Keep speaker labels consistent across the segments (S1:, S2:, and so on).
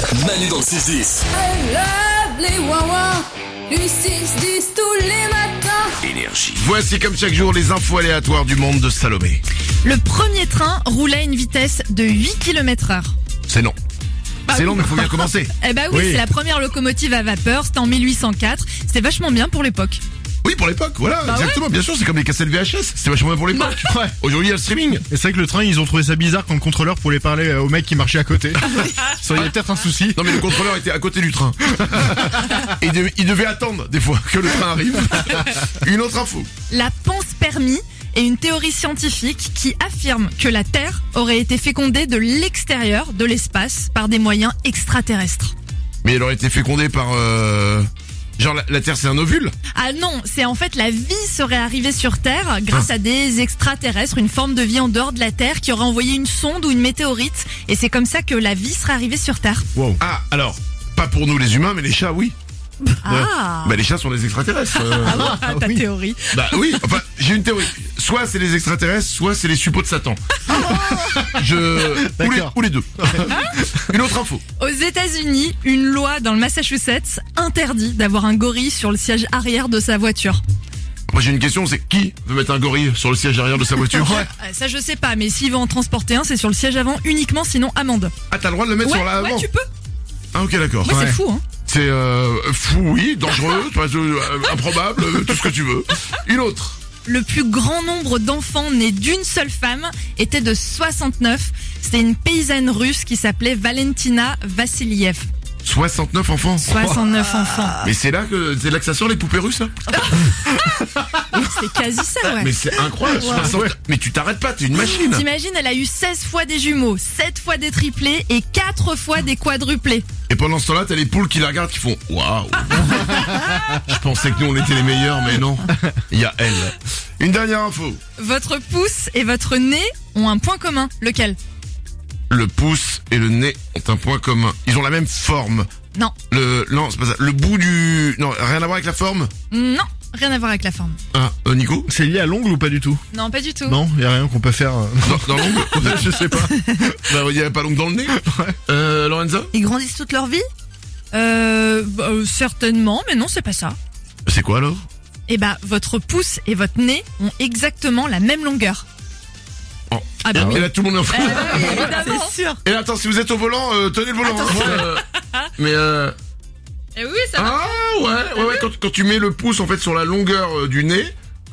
S1: Manu dans le 6-10.
S2: I love les Wawa du 6-10 tous les matins.
S1: Énergie.
S3: Voici comme chaque jour les infos aléatoires du monde de Salomé.
S4: Le premier train roulait à une vitesse de 8 km heure.
S3: C'est non.
S4: Bah
S3: C'est
S4: oui.
S3: long, mais faut bien commencer.
S4: Eh ben oui,
S3: Oui.
S4: c'est la première locomotive à vapeur, c'était en 1804. C'était vachement bien pour l'époque.
S3: Oui, pour l'époque, voilà,
S4: Bah
S3: exactement. Bien sûr, c'est comme les cassettes VHS. C'était vachement bien pour l'époque.
S5: Ouais.
S3: Aujourd'hui, il y a le streaming.
S5: Et c'est vrai que le train, ils ont trouvé ça bizarre quand le contrôleur voulait parler euh, au mec qui marchait à côté. Ça, il y a peut-être un souci.
S3: Non, mais le contrôleur était à côté du train. Et de- il devait attendre, des fois, que le train arrive. Une autre info.
S4: La panse permis est une théorie scientifique qui affirme que la Terre aurait été fécondée de l'extérieur, de l'espace, par des moyens extraterrestres.
S3: Mais elle aurait été fécondée par... euh, Genre, la, la Terre, c'est un ovule
S4: Ah non, c'est en fait la vie serait arrivée sur Terre grâce
S3: Ah.
S4: à des extraterrestres, une forme de vie en dehors de la Terre qui aurait envoyé une sonde ou une météorite, et c'est comme ça que la vie serait arrivée sur Terre.
S3: Ah, alors, pas pour nous les humains, mais les chats, oui.
S4: Ah,
S3: Bah, les chats sont des extraterrestres. euh.
S4: Ah, ta théorie.
S3: Bah oui, enfin, j'ai une théorie. Soit c'est les extraterrestres, soit c'est les suppôts de Satan. Je... Ou les,
S5: D'accord.
S3: ou les deux. Une autre info.
S4: Aux États-Unis, une loi dans le Massachusetts interdit d'avoir un gorille sur le siège arrière de sa voiture.
S3: Moi j'ai une question, c'est qui veut mettre un gorille sur le siège arrière de sa voiture
S4: Euh, Ça, je sais pas, mais s'il veut en transporter un, c'est sur le siège avant uniquement, sinon amende.
S3: Ah t'as le droit de le mettre
S4: Ouais,
S3: sur la
S4: ouais,
S3: avant
S4: tu peux.
S3: Ah ok d'accord.
S4: Moi,
S3: Ouais.
S4: c'est fou, hein.
S3: C'est euh, fou, oui, dangereux, pas- euh, improbable, euh, tout ce que tu veux. Une autre.
S4: Le plus grand nombre d'enfants nés d'une seule femme était de 69. C'était une paysanne russe qui s'appelait Valentina Vassiliev.
S3: 69 enfants.
S4: 69 enfants.
S3: Mais c'est là que c'est là que ça sort les poupées russes là.
S4: C'est quasi ça, ouais.
S3: Mais c'est incroyable. 60 Mais tu t'arrêtes pas, t'es une machine.
S4: T'imagines, elle a eu 16 fois des jumeaux, 7 fois des triplés et 4 fois des quadruplés.
S3: Et pendant ce temps-là, t'as les poules qui la regardent qui font waouh. Je pensais que nous on était les meilleurs, mais non. Il y a elle. Une dernière info.
S4: Votre pouce et votre nez ont un point commun. Lequel
S3: Le pouce et le nez ont un point commun. Ils ont la même forme.
S4: Non.
S3: Le non, c'est pas ça. Le bout du non, rien à voir avec la forme.
S4: Non, rien à voir avec la forme.
S3: Ah, euh, Nico.
S5: C'est lié à l'ongle ou pas du tout
S4: Non, pas du tout.
S5: Non, y a rien qu'on peut faire. euh,
S3: Dans, dans l'ongle.
S5: Je sais pas.
S3: Bah, il y avait pas l'ongle dans le nez. Euh, Lorenzo.
S4: Ils grandissent toute leur vie euh, bah, euh, certainement, mais non, c'est pas ça.
S3: C'est quoi alors
S4: Eh bah, votre pouce et votre nez ont exactement la même longueur.
S3: Oh.
S4: Ah bah
S3: Et
S4: oui.
S3: là, tout le monde est en
S4: Eh bah oui, évidemment.
S3: Et là, attends, si vous êtes au volant, euh, tenez le volant. hein. Euh, mais euh,
S4: Eh oui, ça va.
S3: ah ouais, ouais, ouais. Quand, quand tu mets le pouce en fait sur la longueur euh, du nez.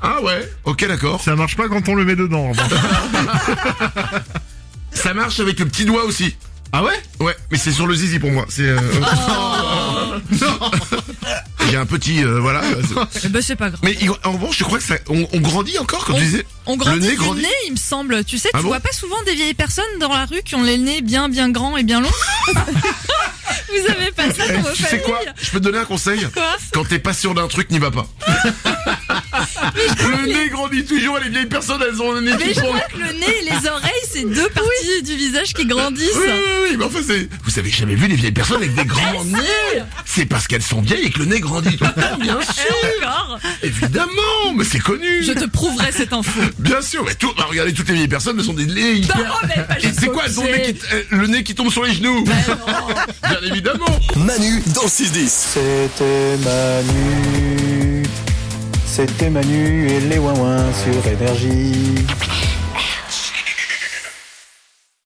S3: Ah ouais. Ok, d'accord.
S5: Ça marche pas quand on le met dedans. en revanche.
S3: Ça marche avec le petit doigt aussi. Ah ouais Ouais, mais c'est sur le zizi pour moi. C'est. euh, Oh. Non. J'ai un petit euh, voilà.
S4: Eh bah, c'est pas grave.
S3: Mais il- en revanche, je crois que ça, on, on grandit encore quand tu disais.
S4: On grandit
S3: le nez
S4: du
S3: grandit.
S4: nez, il me semble. Tu sais,
S3: Ah
S4: tu
S3: bon
S4: vois pas souvent des vieilles personnes dans la rue qui ont les nez bien, bien grands et bien longs. Vous avez pas ça dans vos
S3: Eh, Tu sais
S4: familles
S3: quoi Je peux te donner un conseil.
S4: Quoi
S3: Quand t'es pas sûr d'un truc, n'y va pas. le nez grandit toujours. et Les vieilles personnes, elles ont le nez
S4: Ah, Mais
S3: qui
S4: je
S3: prend.
S4: crois que le nez et les oreilles, c'est deux parties du visage qui grandissent.
S3: Oui, oui, oui, mais enfin, c'est. Vous avez jamais vu les vieilles personnes avec des grands nez C'est parce qu'elles sont vieilles et que le nez grandit tout le temps, Ah, bien sûr.
S4: Ah, D'accord.
S3: Évidemment, mais c'est connu.
S4: Je te prouverai cette info.
S3: Bien sûr, mais tout, bah, regardez, toutes les vieilles personnes, elles sont des nez hyper.
S4: mais pas
S3: Et c'est quoi, elles ont le nez qui t- euh, le nez qui tombe sur les genoux
S4: Bah,
S3: Bien évidemment
S1: Manu dans le 6-10.
S6: C'était Manu. C'était Manu et les Wawins sur énergie.